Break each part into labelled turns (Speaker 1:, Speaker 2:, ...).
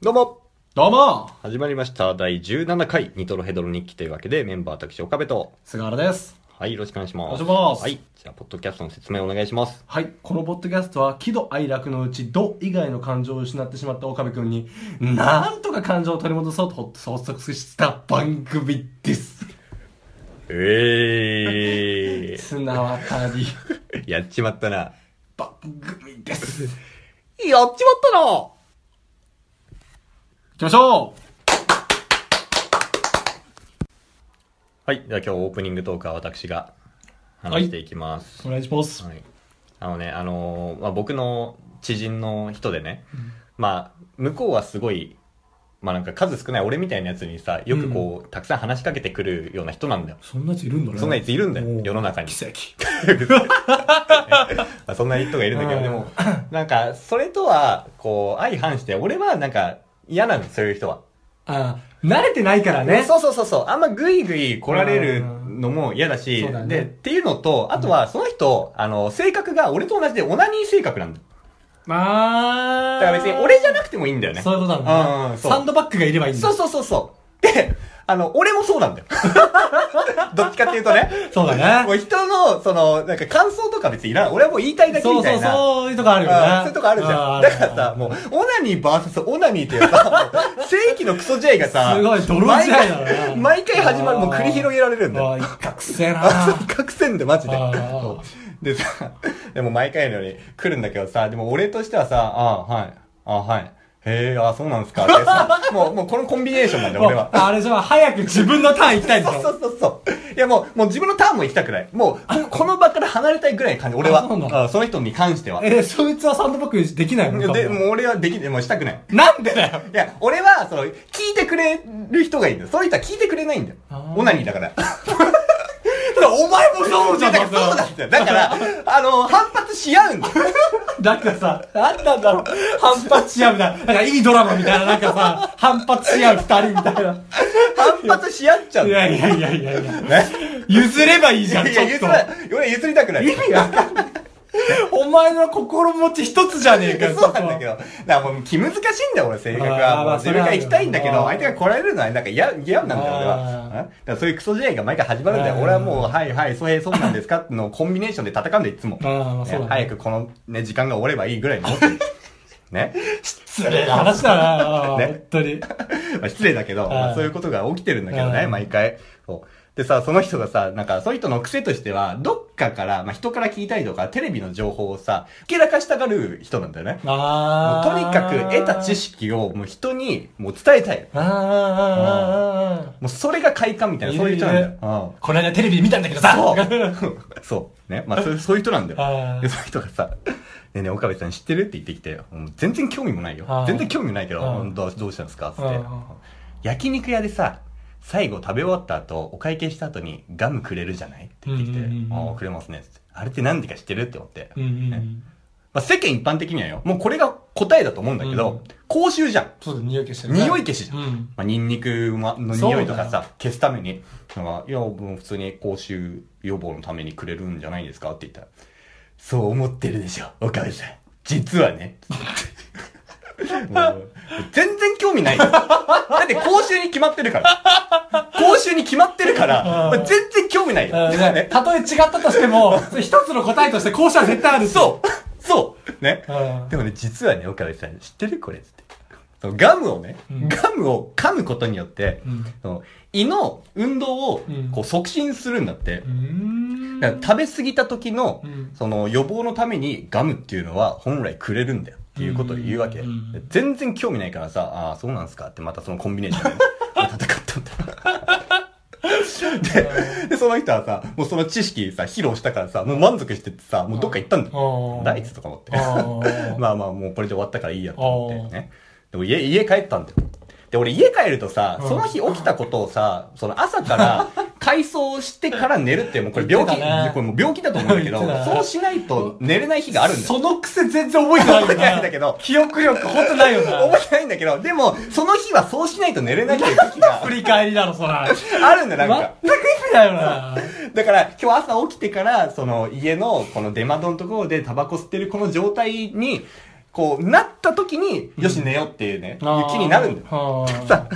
Speaker 1: どうも
Speaker 2: どうも
Speaker 1: 始まりました。第17回、ニトロヘドロ日記というわけで、メンバー私、岡部と。
Speaker 2: 菅原です。
Speaker 1: はい、よろしくお願いします。
Speaker 2: お願いします
Speaker 1: はい、じゃあ、ポッドキャストの説明お願いします。
Speaker 2: はい、このポッドキャストは喜怒哀楽のうち「怒」以外の感情を失ってしまった岡部君になんとか感情を取り戻そうと発足した番組です
Speaker 1: え
Speaker 2: 綱渡 り
Speaker 1: ー、 やっちまったな。
Speaker 2: 番組ですい
Speaker 1: やっちまったな
Speaker 2: きましょ
Speaker 1: はい、じゃあ今日オープニングトークは私が話していきます。
Speaker 2: うお願いします
Speaker 1: はい。あのね、あのーまあ、僕の知人の人でね、まあ、向こうはすごい、まあなんか数少ない俺みたいなやつにさ、よくこう、たくさん話しかけてくるような人なんだよ。
Speaker 2: そんなやついるんだね
Speaker 1: そんなやついるんだ
Speaker 2: お
Speaker 1: よ、
Speaker 2: う
Speaker 1: 世の中に。
Speaker 2: 奇跡
Speaker 1: まあ、そんな人がいるんだけ
Speaker 2: う
Speaker 1: ど、
Speaker 2: ん
Speaker 1: で も、なんか、それとは、こう、相反して、俺はなんか、嫌なの、そういう人は。
Speaker 2: ああ慣れてないからね
Speaker 1: そうそうそうそう。あんまグイグイ来られるのも嫌だ
Speaker 2: うん
Speaker 1: し、
Speaker 2: そうだね
Speaker 1: で、っていうのと、あとは、その人、あの、性格が俺と同じでオナニー性格なんだよ。
Speaker 2: まあ
Speaker 1: だから別に俺じゃなくてもいいんだよね。
Speaker 2: そういうことなんだ、
Speaker 1: うんう
Speaker 2: ね、
Speaker 1: んそう
Speaker 2: サンドバッグがいればいいんだ
Speaker 1: そうそうそうそう。で、あの、俺もそうなんだよ。 どっちかっていうとね。
Speaker 2: そうだ
Speaker 1: も
Speaker 2: ね
Speaker 1: う人の、その、なんか感想とか別にいらん。俺はもう言いたいだけ
Speaker 2: そ
Speaker 1: み
Speaker 2: う
Speaker 1: た
Speaker 2: そ
Speaker 1: いうな。
Speaker 2: そういうとこあるよね
Speaker 1: あーそういうとこあるじゃ
Speaker 2: あ
Speaker 1: ん。
Speaker 2: ーあ
Speaker 1: だ
Speaker 2: る
Speaker 1: からさ、もう、オナニーバーサスオナニーっていうさ、もう正規のクソ試合がさ、
Speaker 2: すごい泥仕合だな
Speaker 1: 毎回毎回始まる、もう繰り広げられるんだ
Speaker 2: あ
Speaker 1: よ。
Speaker 2: あ、一攫せえな
Speaker 1: あ、そう、隠せんで、マジで
Speaker 2: あー。
Speaker 1: そうでさ、でも毎回のように来るんだけどさ、でも俺としてはさ、あーはい、あーはい、へえ、あーそうなんすかってさ、もう、もうこのコンビネーションなんだよ、
Speaker 2: も
Speaker 1: 俺
Speaker 2: う
Speaker 1: は。
Speaker 2: あれじゃあ早く自分のターン行きたいん
Speaker 1: そ
Speaker 2: だ
Speaker 1: うそうそうそう。いやもう、もう自分のターンも行きたくない。もう、ここの場から離れたいぐらいの感じ、俺は。
Speaker 2: あそうなんだ
Speaker 1: あその人に関しては。
Speaker 2: えー、そいつはサンドバッグできないの
Speaker 1: いやで、もう俺はできない、もうしたくない。
Speaker 2: なんでだよ
Speaker 1: いや、俺は、その、聞いてくれる人がいいんだよ。そういう人は聞いてくれないんだよ
Speaker 2: あ。ー
Speaker 1: オナニーだから。
Speaker 2: お前もそうじゃん
Speaker 1: いやだからそうなんだよ。だから、あの、反発し合うんだよ。
Speaker 2: だからさ、なんなんだろう反発し合うみたいな。なんかいいドラマみたいな、なんかさ、反発し合う二人みたいな。
Speaker 1: 反発し合っちゃう
Speaker 2: い
Speaker 1: んだ
Speaker 2: や
Speaker 1: よ。
Speaker 2: いやいやいやいや。
Speaker 1: ね。
Speaker 2: 譲ればいい
Speaker 1: い
Speaker 2: じゃ
Speaker 1: や
Speaker 2: ん、
Speaker 1: い
Speaker 2: ち
Speaker 1: や、
Speaker 2: ょ
Speaker 1: 譲ら
Speaker 2: っと。
Speaker 1: ない。俺譲りたくない。
Speaker 2: 意味わかんない。お前の心持ち一つじゃねえかよ、
Speaker 1: そうなんだけど。だからもう気難しいんだよ、俺、性格
Speaker 2: あ
Speaker 1: は。
Speaker 2: ー
Speaker 1: も
Speaker 2: ま
Speaker 1: う
Speaker 2: あ
Speaker 1: 自分が行きたいんだけ
Speaker 2: それ
Speaker 1: ど、
Speaker 2: はあ
Speaker 1: 相
Speaker 2: る
Speaker 1: 手が来られるのは、なんか嫌、嫌なんだよ、
Speaker 2: あー
Speaker 1: 俺は。うんだからそういうクソ試合が毎回始まるんだよ。
Speaker 2: あー
Speaker 1: 俺はもう、はいはい、そうへそうなんですかってのをコンビネーションで戦うんだよ、いつも。
Speaker 2: あーまあそうだね
Speaker 1: ね早くこの、ね、時間が終わればいいぐ らいに思ってる。ね。
Speaker 2: 失礼な話だな、
Speaker 1: ね
Speaker 2: 本当に。
Speaker 1: まあ失礼だけど、まあそういうことが起きてるんだけど
Speaker 2: は
Speaker 1: ね、
Speaker 2: い
Speaker 1: 毎回。そうでさ、その人がさ、なんか、その人の癖としては、どっかから、まあ、人から聞いたりとか、テレビの情報をさ、ひけらかしたがる人なんだよね。もう
Speaker 2: あ
Speaker 1: とにかく得た知
Speaker 2: 識。
Speaker 1: 識をもう人にもう伝えたい。
Speaker 2: あーあーあーあー。
Speaker 1: もうそれが快感みたいな、
Speaker 2: い
Speaker 1: そう
Speaker 2: る
Speaker 1: いう
Speaker 2: いる
Speaker 1: 人なんだよ。うん
Speaker 2: この間テレビで見たんだけどさ
Speaker 1: そう そう。ね。まあそういう、そういう人なんだ
Speaker 2: あ
Speaker 1: よ。
Speaker 2: ー
Speaker 1: で、そういう人がさ、ねえねえ、岡部さん知ってるって言ってきて、もう全然興味もないよ
Speaker 2: あ。ー
Speaker 1: 全然興味もないけど、
Speaker 2: うん
Speaker 1: うんどうどうしたんですかっつっ
Speaker 2: うんう
Speaker 1: て
Speaker 2: ん。
Speaker 1: 焼肉屋でさ、最後食べ終わった後、お会計した後にガムくれるじゃないって言ってきて
Speaker 2: うんうんうんう、ん
Speaker 1: ああ、くれますねっつって。あれって何でか知ってるって思って。
Speaker 2: うんうんう
Speaker 1: ね
Speaker 2: ん
Speaker 1: まあ世間一般的にはよ、もうこれが答えだと思うんだけ
Speaker 2: うん
Speaker 1: ど、口臭じゃん。
Speaker 2: そうだ匂い消してる
Speaker 1: 匂い消しじゃん。
Speaker 2: うん
Speaker 1: まあ、ニンニクの匂いとかさ、消すために、なんか、いや、もう普通に口臭予防のためにくれるんじゃないですかって言ったら、そう思ってるでしょ、岡部さん。実はね。 もう全然興味ないよ。だって口臭に決まってるから。口臭に決まってるから、
Speaker 2: うん
Speaker 1: まあ全然興味ないよ。
Speaker 2: うんねたとえ違ったとしてもそれ 一つの答えとしてこうしたら絶対ある
Speaker 1: そうそうね。
Speaker 2: うん
Speaker 1: でもね、実はね、岡部さん、知ってるこれっつって。そのガムをね、
Speaker 2: うん
Speaker 1: ガムを噛むことによって、
Speaker 2: うん
Speaker 1: その胃の運動を
Speaker 2: うん
Speaker 1: こう促進するんだって
Speaker 2: う。ん
Speaker 1: だから食べ過ぎた時の
Speaker 2: うん、
Speaker 1: その予防のためにガムっていうのは本来くれるんだよっていうことを言うわけ
Speaker 2: うん。
Speaker 1: で全然興味ないからさ、ああー、そうなんすかってまたそのコンビネーションで また戦ったんだ。で、で、その人はさ、もうその知識さ、披露したからさ、もう満足しててさ、もうどっか行ったんだよ。ナイツとか持って。 まあまあ、もうこれで終わったからいいやと思ってね。でも家、家帰ったんだよ。で、俺家帰るとさ、
Speaker 2: うん
Speaker 1: その日起きたことをさ、その朝 から、回想してから寝るって、もうこれ病気、
Speaker 2: 言ってたね
Speaker 1: これもう病気だと思うんだけど、
Speaker 2: 言ってたね
Speaker 1: そうしないと寝れない日があるんだよ。
Speaker 2: その癖全然覚えてないよ
Speaker 1: 覚えてないんだけど
Speaker 2: 記憶力ほんとないよな
Speaker 1: 覚えてないんだけど、でも、その日はそうしないと寝れないっていう時が
Speaker 2: 振り返りだろそら全
Speaker 1: あるんだよ、なん か。
Speaker 2: く意味ないよな
Speaker 1: だから、今日朝起きてから、その家のこの出窓のところでタバコ吸ってるこの状態に、こう、なった時に、よし寝ようっていうね、 いう気になるんだよ。
Speaker 2: よ。
Speaker 1: さ、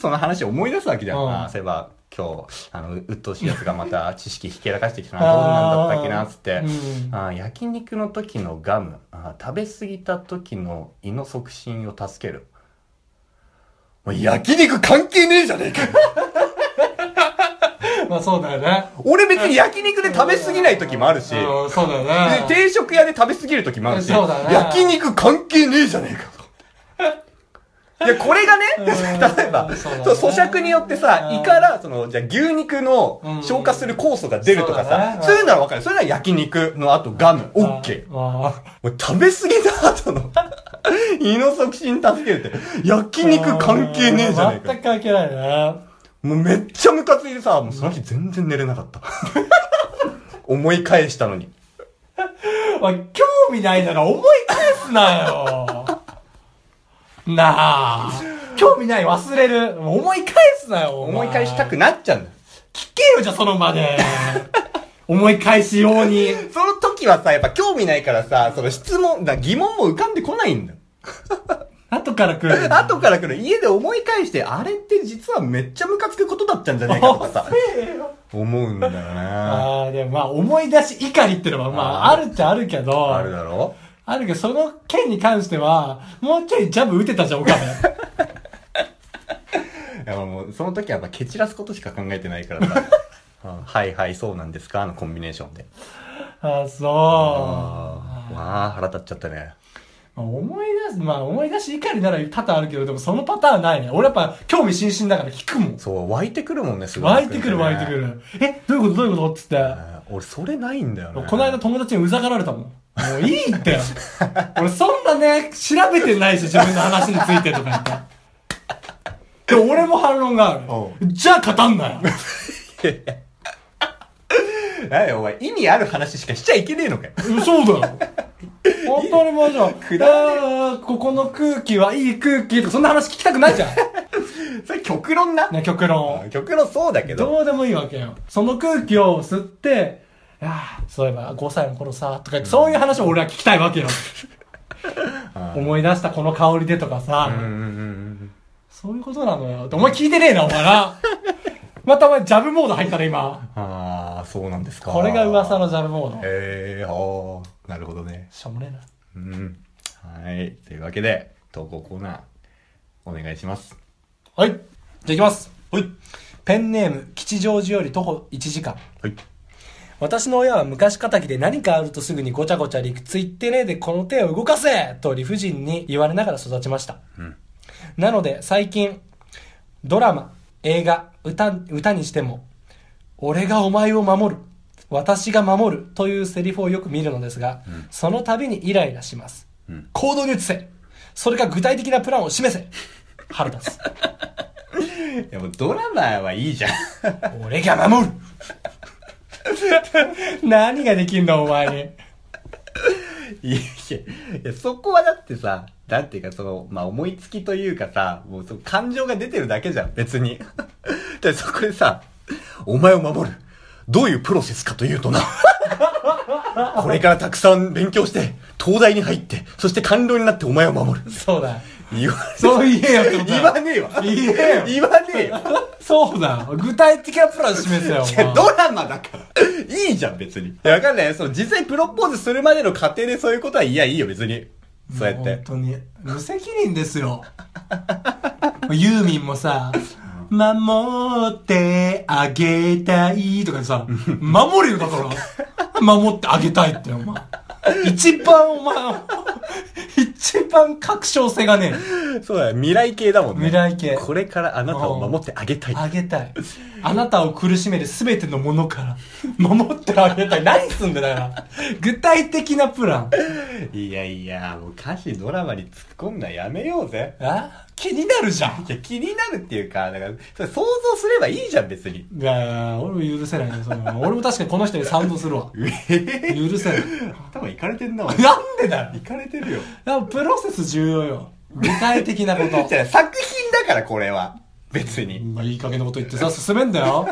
Speaker 1: その話を思い出すわけじゃん。
Speaker 2: うん
Speaker 1: ああ、そういえば、今日、あの、う鬱陶しいやつがまた知識ひけらかしてきたな、どうなんだったっけな、つって。
Speaker 2: うん
Speaker 1: ああ焼肉の時のガムああ食べ過ぎた時の胃の促進を助けるお前焼肉関係ねえじゃねえかよ
Speaker 2: まあそうだよね。
Speaker 1: 俺別に焼肉で食べ過ぎない時もあるし、
Speaker 2: うんそうだよ
Speaker 1: で
Speaker 2: ね。
Speaker 1: 定食屋で食べ過ぎる時もあるし、
Speaker 2: そうだね
Speaker 1: 焼肉関係ねえじゃねえ かと。いや、これがね、
Speaker 2: うん
Speaker 1: 例えば、
Speaker 2: そうだね
Speaker 1: そう咀嚼によってさ、
Speaker 2: うん
Speaker 1: 胃から、その、じゃあ牛肉の
Speaker 2: うん
Speaker 1: 消化する酵素が出るとかさ、
Speaker 2: そうだね
Speaker 1: そういうならわかる。それなら焼肉の後ガム、オッケー。
Speaker 2: あ
Speaker 1: もう食べ過ぎた後の、 胃の促進助けるって、焼
Speaker 2: ー
Speaker 1: 肉関係ねえじゃねえか
Speaker 2: 全。く関係ないね。
Speaker 1: もうめっちゃムカついてさ、もうその日全然寝れなか った。思い返したのに。
Speaker 2: おい興味ないなら思い返すなよ。なあ。興味ない忘れる。思い返すなよ。お前
Speaker 1: 思い返したくなっちゃうんだよ。
Speaker 2: 聞けよ、じゃあその場 で。思い返しように。
Speaker 1: その時はさ、やっぱ興味ないからさ、その質問、だ疑問も浮かんでこないんだよ。
Speaker 2: 後から来 る。
Speaker 1: 後から来る家で思い返して、あれって実はめっちゃムカつくことだったんじゃねえかとかさ、思うんだよね。
Speaker 2: ああ、でもまあ思い出し怒りってのはまああ
Speaker 1: あ
Speaker 2: るっちゃあるけど。
Speaker 1: あるだろ
Speaker 2: あるけど、その件に関しては、もうちょいジャブ打てたじゃん、おか め。
Speaker 1: やっぱもう、その時はやっぱ蹴散らすことしか考えてないからさ、 うんはいはい、そうなんですかあのコンビネーションで。
Speaker 2: ああ、そう。
Speaker 1: あーまあ、腹立っちゃったね。
Speaker 2: まあ思い出す、まあ思い出し怒りなら多々あるけど、でもそのパターンないね。俺やっぱ興味津々だから聞くもん。
Speaker 1: そう、湧いてくるもんね、すごい。
Speaker 2: 湧いてくる湧いてく。る。え、どういうことどういうことっつって。
Speaker 1: あー俺、それないんだよね。
Speaker 2: この間友達にうざがられたもん。もういいって。俺そんなね、調べてないし、自分の話についてとか言って。で、俺も反論がある。じゃあ語んなよ。
Speaker 1: 何お前、意味ある話しかしちゃいけねえのかよ。
Speaker 2: うんそうだよ。本当にもうじゃん。あーここの空気はいい空気とか、そんな話聞きたくないじゃん。
Speaker 1: それ極論な。
Speaker 2: ね、極論。
Speaker 1: 極論そうだけど。
Speaker 2: どうでもいいわけよ。その空気を吸って、ああ、そういえば5歳の頃さ、とか、そういう話を俺は聞きたいわ けよ。思い出したこの香りでとかさ、
Speaker 1: うんうんうん
Speaker 2: そういうことなのよ。お前聞いてねえな、お前な。 またお前ジャブモード入ったら今。
Speaker 1: ああ、そうなんですか。
Speaker 2: これが噂のジャブモード。
Speaker 1: ええー、はあ、なるほどね。
Speaker 2: しょうもねえな。
Speaker 1: うん。はい。というわけで、投稿コーナー、お願いします。
Speaker 2: はい。じゃあ行きます。はい。ペンネーム、吉祥寺より徒歩1時間。
Speaker 1: はい。
Speaker 2: 私の親は昔仇で何かあるとすぐにごちゃごちゃ理屈言ってねえでこの手を動かせと理不尽に言われながら育ちました。
Speaker 1: ん
Speaker 2: なので最近、ドラマ、映画、歌、歌にしても、俺がお前を守る、私が守るというセリフをよく見るのですが、その度にイライラします。
Speaker 1: ん
Speaker 2: 行動に移せそれが具体的なプランを示せ腹立つ。
Speaker 1: いや、もうドラマはいいじゃん。
Speaker 2: 俺 が守る何ができんだお前に。
Speaker 1: いやいや、いやそこはだってさ、なんていうかその、まあ、思いつきというかさ、もうその感情が出てるだけじゃん、別に。 で、そこでさ、お前を守る。どういうプロセスかというとな。 これからたくさん勉強して、東大に入って、そして官僚になってお前を守る。
Speaker 2: そうだ。
Speaker 1: 言わ、
Speaker 2: そう言えよってことだ
Speaker 1: 言わねえわ。
Speaker 2: 言えよ
Speaker 1: 言わねえよ。
Speaker 2: そうだ。具体的なプラン示せよ。
Speaker 1: いやドラマだから。いいじゃん、別に。いや、わかんない。その、実際プロポーズするまでの過程でそういうことは、いや、いいよ、別に。そうやっ
Speaker 2: 本
Speaker 1: て。
Speaker 2: 当に。無責任ですよ。ユーミンもさ、守ってあげたいとかさ、守るよだから。守ってあげたいって、お前。一番お前、一番確証性がね
Speaker 1: そうだよ、未来系だもんね。
Speaker 2: 未来系
Speaker 1: これからあなたを守ってあげたい。
Speaker 2: あげたい。あなたを苦しめるすべてのものから、守ってあげたい。何すんだよだから。具体的なプラン。
Speaker 1: いやいや、もう歌詞ドラマに突っ込んだやめようぜ。
Speaker 2: あ気になるじゃん。
Speaker 1: いや、気になるっていうか、だから、それ想像すればいいじゃん、別に。
Speaker 2: いやいや俺も許せないね、それは。俺も確かにこの人に賛同するわ。
Speaker 1: えへへ
Speaker 2: 許 せない。
Speaker 1: 頭いかれてんな、お前。
Speaker 2: なんでだよ
Speaker 1: いかれてるよ。
Speaker 2: やっぱプロセス重要よ。具体的なこと
Speaker 1: じ。ゃあ作品だから、これは。別に。
Speaker 2: まあ、いい加減なこと言ってさ、進めんだよ。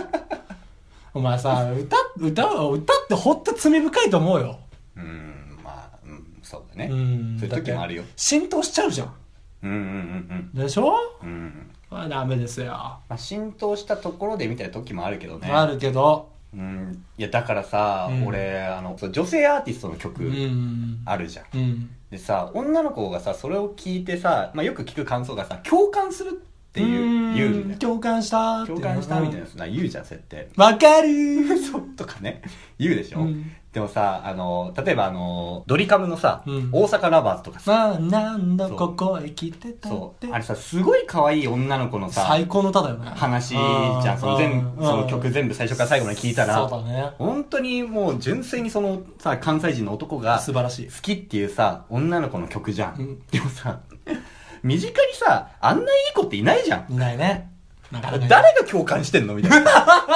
Speaker 2: お前さ、歌、歌、歌ってほんと罪深いと思うよ。
Speaker 1: うん、まあ、うん、そうだね。
Speaker 2: うん
Speaker 1: そういう時もあるよ
Speaker 2: だっ。て浸透しちゃうじゃん
Speaker 1: うんうんうん
Speaker 2: でしょ
Speaker 1: うん。うん。
Speaker 2: まあダメですよ、
Speaker 1: まあ、浸透したところでみたいな時もあるけどね。
Speaker 2: あるけど
Speaker 1: うん。いや、だからさ、
Speaker 2: うん
Speaker 1: 俺、あの、そう女性アーティストの
Speaker 2: う
Speaker 1: 曲
Speaker 2: ん
Speaker 1: あるじゃん。
Speaker 2: うん
Speaker 1: でさ、女の子がさ、それを聞いてさ、まあ、よく聞く感想がさ、共感するっていう、言うんだよ。
Speaker 2: 共感した
Speaker 1: 共感したみたいな
Speaker 2: な
Speaker 1: さ、言うじゃん、そうやって。
Speaker 2: わか るー
Speaker 1: そうとかね、言うでしょ、
Speaker 2: うん
Speaker 1: でもさ、あの、例えばあの、ドリカムのさ、
Speaker 2: うん
Speaker 1: 大阪ラバーズとかさ、
Speaker 2: まあ何度ここへ来てたっ
Speaker 1: そ
Speaker 2: て
Speaker 1: う、あれさ、すごい可愛い女の子のさ、
Speaker 2: 最高の歌だよね
Speaker 1: 話じゃん、その全部、その曲全部最初から最後まで聞いた
Speaker 2: そう
Speaker 1: ら、
Speaker 2: だね
Speaker 1: 本当にもう純粋にそのさ、関西人の男が、
Speaker 2: 素晴らしい
Speaker 1: 好きっていうさ女の子の曲じゃん、
Speaker 2: うん
Speaker 1: でもさ身近にさあんないい子っていないじゃん
Speaker 2: いないねなかなか
Speaker 1: 誰
Speaker 2: いない
Speaker 1: が共感してんのみたいな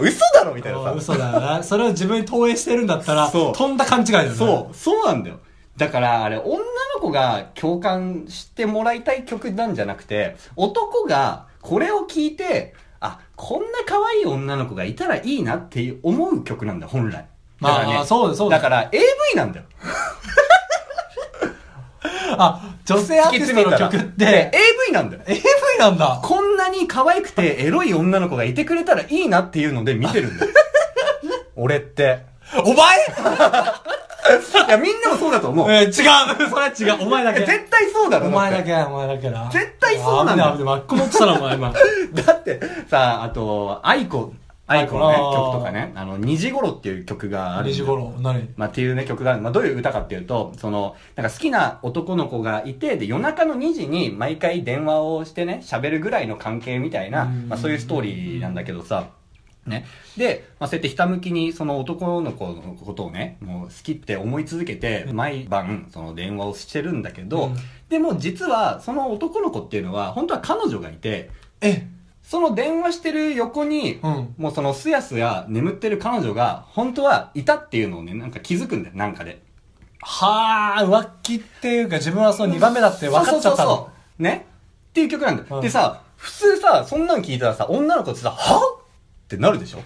Speaker 1: 嘘だろみたいな
Speaker 2: うん
Speaker 1: さ
Speaker 2: 嘘だよなそれを自分に投影してるんだったら
Speaker 1: そう
Speaker 2: とんだ勘違いだよね
Speaker 1: そうそうなんだよだからあれ女の子が共感してもらいたい曲なんじゃなくて男がこれを聞いてあこんな可愛い女の子がいたらいいなって思う曲なんだよ本来だから
Speaker 2: まあそうだそうだ
Speaker 1: だから AV なんだよ
Speaker 2: あ女性アーティストの曲っ
Speaker 1: で
Speaker 2: て
Speaker 1: AV なんだよ
Speaker 2: AV なんだ
Speaker 1: こんなに可愛くてエロい女の子がいてくれたらいいなっていうので見てるん だよ。俺って。
Speaker 2: お前
Speaker 1: いや、みんなもそうだと思う。
Speaker 2: えー違うそれは違うお前だ
Speaker 1: いや
Speaker 2: け
Speaker 1: 絶対そうだろ、
Speaker 2: お前だ
Speaker 1: だ
Speaker 2: けお前だけな
Speaker 1: 絶対そうなんだ
Speaker 2: あ危ない危ないマック持ってたなお前 今
Speaker 1: って。だって、さあ、あと、愛子、愛子のね、
Speaker 2: あー
Speaker 1: 曲とかね、あの、2時頃っていう曲があるん
Speaker 2: 2
Speaker 1: だよ。
Speaker 2: 時頃何
Speaker 1: まあ、っていうね、曲がある。まあ、どういう歌かっていうと、その、なんか好きな男の子がいて、で、夜中の2時に毎回電話をしてね、喋るぐらいの関係みたいな、
Speaker 2: うん
Speaker 1: まあ、そういうストーリーなんだけどさ、ね。で、まあ、そうやってひたむきにその男の子のことをね、もう好きって思い続けて、毎晩その電話をしてるんだけど、
Speaker 2: うん
Speaker 1: でも実はその男の子っていうのは、本当は彼女がいて、
Speaker 2: え
Speaker 1: その電話してる横に、
Speaker 2: うん
Speaker 1: もうそのすやすや眠ってる彼女が、本当はいたっていうのをね、なんか気づくんだよ、なんかで。
Speaker 2: はあ浮気っていうか自分はその2番目だって分かっちゃった
Speaker 1: そうそうそう
Speaker 2: の
Speaker 1: そうねっていう曲なんだよ、
Speaker 2: うん
Speaker 1: でさ、普通さ、そんなん聞いたらさ、女の子ってさ、はってなるでしょ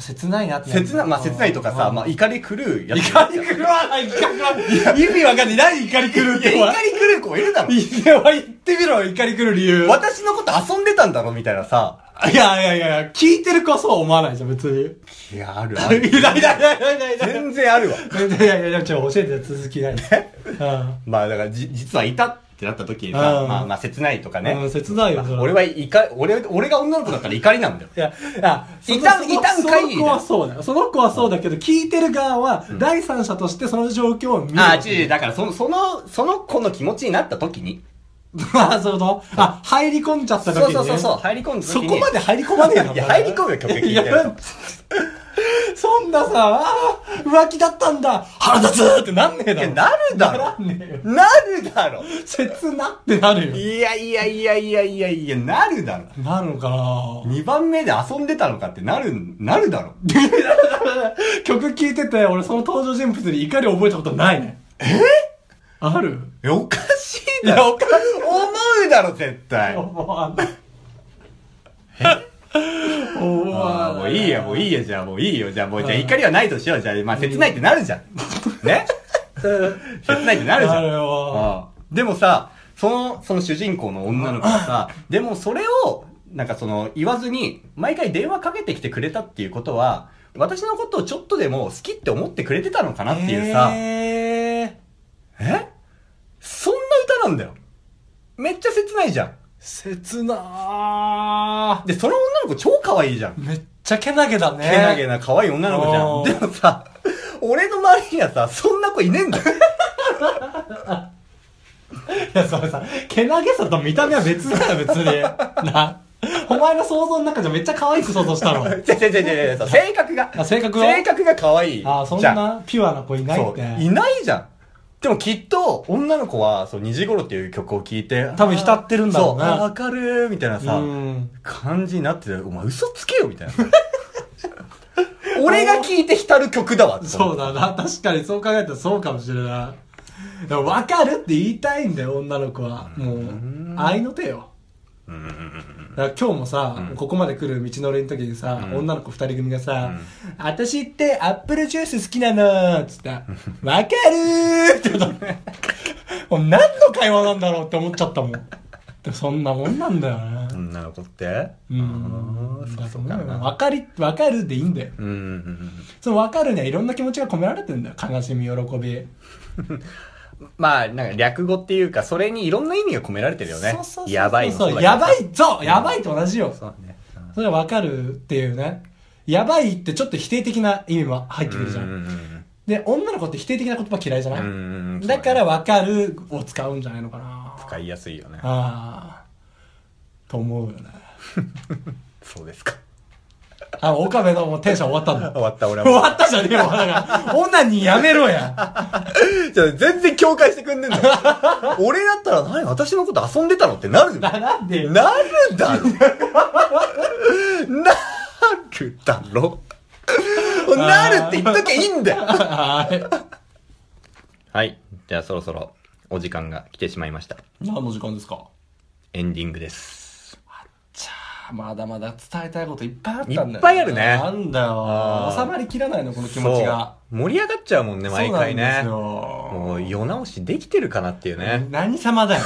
Speaker 2: 切ないなって
Speaker 1: 切な、まあ切ないとかさ、まあ怒り狂うやつ。
Speaker 2: 怒り狂わない、怒り狂わない。意味わかんない。何怒り狂うっ
Speaker 1: いや
Speaker 2: て。お前
Speaker 1: 怒り狂う子いるだろ。
Speaker 2: いや、言ってみろ、怒り狂う理由。
Speaker 1: 私のこと遊んでたんだろみたいなさ。
Speaker 2: いやいやいや、聞いてる子はそうは思わないじゃん、別に。
Speaker 1: いや、あるあ
Speaker 2: いや
Speaker 1: る。
Speaker 2: いやいやいやいやいやい
Speaker 1: 全然あるわ。
Speaker 2: や。いやいやいや、ちょ、教えて、続きない。うん。
Speaker 1: まあだからじ、実はいたってなった時にさ、
Speaker 2: うん
Speaker 1: まあまあ切ないとかね。
Speaker 2: うん切ないよそれは
Speaker 1: 俺は怒り、俺、俺が女の子だったら怒りなんだよ。
Speaker 2: いや、いや、その
Speaker 1: いたん
Speaker 2: その
Speaker 1: いたんかい
Speaker 2: その子はそうだよ。その子はそうだけど、聞いてる側は、第三者としてその状況を見る。
Speaker 1: ああ、違う違う、だからその、その、その子の気持ちになった時に。
Speaker 2: ま あ、そういうことあ、入り込んじゃった時
Speaker 1: そう
Speaker 2: にね。
Speaker 1: そうそうそう、入り込んだ
Speaker 2: そ
Speaker 1: 時に。
Speaker 2: こまで入り込まねえの
Speaker 1: いや、入り込むよ、曲聴いて
Speaker 2: い
Speaker 1: る
Speaker 2: や、
Speaker 1: と。
Speaker 2: そんなさ、あー浮気だったんだ、腹立つってなんねえだ
Speaker 1: いや
Speaker 2: ろ。
Speaker 1: なるだろ
Speaker 2: ならねえよ。
Speaker 1: なるだろ
Speaker 2: 切なってなるよ。
Speaker 1: いやいやいやいやいやいや、なるだろ
Speaker 2: なるのか な
Speaker 1: 2番目で遊んでたのかってなる、なるだろ
Speaker 2: 曲聴いてて、俺その登場人物に怒りを覚えたことないね。えある
Speaker 1: えおかしい
Speaker 2: い
Speaker 1: だ
Speaker 2: や、
Speaker 1: ろ
Speaker 2: おかし
Speaker 1: 思うだろ、絶
Speaker 2: い。
Speaker 1: 対。
Speaker 2: 思わない。 思
Speaker 1: あ
Speaker 2: わ
Speaker 1: ー
Speaker 2: ない
Speaker 1: もういいや、もういいや、じゃあもういいよ、じゃあもう、じゃあ
Speaker 2: うん
Speaker 1: 怒りはないとしよう、じゃあ、まあ切ないってなるじゃん。 ね切ないってなるじゃ。
Speaker 2: なんるよ
Speaker 1: ああでもさ、その、その主人公の女の子がさ、でもそれを、なんかその、言わずに、毎回電話かけてきてくれたっていうことは、私のことをちょっとでも好きって思ってくれてたのかなっていうさ、え
Speaker 2: えー
Speaker 1: そんな歌なんだよ。めっちゃ切ないじゃん。
Speaker 2: 切な
Speaker 1: で、その女の子超可愛いじゃん。
Speaker 2: ーめっちゃけなげだね。
Speaker 1: けなげな可愛い女の子じゃん。でもさ、俺の周りにはさ、そんな子いねえんだ よ。
Speaker 2: いや、それさ、けなげさと見た目は別だよ、別 に。な。お前の想像の中じゃめっちゃ可愛く想像した の。
Speaker 1: 違う違う違う違う違う、性格が。
Speaker 2: あ性格は
Speaker 1: 性格が可愛い。
Speaker 2: ああ、そん
Speaker 1: じゃ
Speaker 2: なピュアな子いない
Speaker 1: そ
Speaker 2: っ
Speaker 1: う
Speaker 2: て。
Speaker 1: いないじゃんでもきっと女の子は「そう2時頃っていう曲を聴いて
Speaker 2: 多分浸ってるんだろうね
Speaker 1: そうあわかるみたいなさ、
Speaker 2: うん。
Speaker 1: 感じになっててお前嘘つけよみたいな 俺が聴いて浸る曲だわって思
Speaker 2: そうだな。確かにそう考えたらそうかもしれない。でも、わかるって言いたいんだよ、女の子は。もう、愛の手よ。
Speaker 1: うんうんうんうん。
Speaker 2: だから今日もさ、
Speaker 1: うん
Speaker 2: ここまで来る道のりの時にさ、
Speaker 1: うん
Speaker 2: 女の子二人組がさ、私ってアップルジュース好きなのっつった。わかるーって言った。もう何の会話なんだろうって思っちゃったもん。でもそんなもんなんだよね。
Speaker 1: 女の子って
Speaker 2: うん
Speaker 1: あ。ーそう
Speaker 2: だ
Speaker 1: そうか
Speaker 2: から
Speaker 1: な。
Speaker 2: ねわかり、わかるでいいんだよ。
Speaker 1: うんうんうん
Speaker 2: そのわかるにはいろんな気持ちが込められてんだよ。悲しみ、喜び。
Speaker 1: うん。まあ、なんか略語っていうか、それにいろんな意味が込められてるよね。
Speaker 2: そうそうそう。
Speaker 1: やばいの
Speaker 2: そう
Speaker 1: だ
Speaker 2: そう。
Speaker 1: けど
Speaker 2: やばい、そう、やばいと同じよ。
Speaker 1: そうね。うん
Speaker 2: それはわかるっていうね。やばいってちょっと否定的な意味も入ってくるじゃ。
Speaker 1: うんんうん
Speaker 2: で、女の子って否定的な言葉嫌いじゃ
Speaker 1: うんうん
Speaker 2: な
Speaker 1: うんうん
Speaker 2: いだから、わかるを使うんじゃないのかな。
Speaker 1: 使いやすいよね。
Speaker 2: ああ。と思うよね。
Speaker 1: そうですか。
Speaker 2: あ、岡部のもうテンション終わったんだ。
Speaker 1: 終わった、俺は
Speaker 2: 終
Speaker 1: もう。
Speaker 2: わったじゃねえよ、だから。女にやめろや。
Speaker 1: じゃあ全然境界してくん ねえんだよ俺だったら何私のこと遊んでたのってなるよ
Speaker 2: な、なんで
Speaker 1: なるだろなるだろなるって言っときゃいいんだよ
Speaker 2: は
Speaker 1: はい。じゃあそろそろお時間が来てしまいました。
Speaker 2: い。何の時間ですか
Speaker 1: エンディングです。
Speaker 2: じゃあ、まだまだ伝えたいこといっぱいあったんだよ、
Speaker 1: いっぱいあるね
Speaker 2: なんだよ
Speaker 1: あ。ー
Speaker 2: 収まりきらないの、この気持ちが。
Speaker 1: そう。盛り上がっちゃうもんね、毎回ね。
Speaker 2: そう
Speaker 1: もう世直しできてるかなっていう
Speaker 2: なんですよ
Speaker 1: ね。。
Speaker 2: 何様だよ。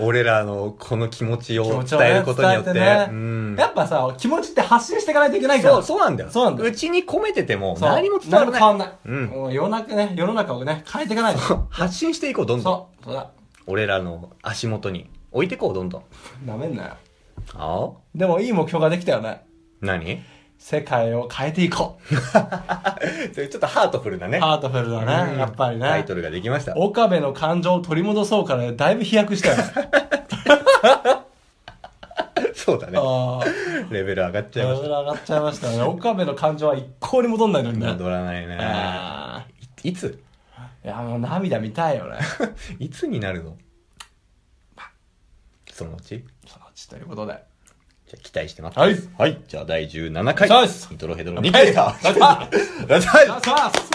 Speaker 1: 俺らのこの気持ち
Speaker 2: 気
Speaker 1: を
Speaker 2: 持ちを
Speaker 1: 伝
Speaker 2: ね
Speaker 1: えることによって。
Speaker 2: 伝えて
Speaker 1: う
Speaker 2: ね
Speaker 1: ん。
Speaker 2: やっぱさ、気持ちって発信していかないといけないから。
Speaker 1: そう、そうなんだよ。
Speaker 2: そうなんだよ
Speaker 1: うちに込めてても
Speaker 2: そう
Speaker 1: 何も伝わらない。
Speaker 2: 何も変わん
Speaker 1: うん
Speaker 2: ない。もう世の中ね、世の中をね、変えていかないと。そ
Speaker 1: 発信していこう、どん
Speaker 2: う、
Speaker 1: どん。
Speaker 2: そうだ。
Speaker 1: 俺らの足元に置いてこう、どんどん。
Speaker 2: なめんなよ。
Speaker 1: あお
Speaker 2: でもいい目標ができたよね。
Speaker 1: 何
Speaker 2: 世界を変えていこう。
Speaker 1: ちょっとハートフルなね。
Speaker 2: ハートフルだ
Speaker 1: う
Speaker 2: ね、
Speaker 1: ん
Speaker 2: やっぱり
Speaker 1: タ
Speaker 2: ね
Speaker 1: イト。ルができました。
Speaker 2: 岡部の感情を取り戻そうからね、だいぶ飛躍したよ ね。
Speaker 1: そうだね。
Speaker 2: ああ。
Speaker 1: レベル上がっちゃいまし
Speaker 2: 上がっちゃいましたね。岡部の感情は一向に戻んないのに
Speaker 1: た。
Speaker 2: ね。
Speaker 1: 戻らないね。
Speaker 2: あー
Speaker 1: いいつ
Speaker 2: いや、もう涙見たいよね。
Speaker 1: いつになるの そのうち
Speaker 2: そのうちということで。
Speaker 1: じゃあ期待してます。
Speaker 2: はい。
Speaker 1: はい。じゃあ第17回。
Speaker 2: そうで す
Speaker 1: イントロヘドロ2回だ。
Speaker 2: さあ、
Speaker 1: だだ
Speaker 2: さあ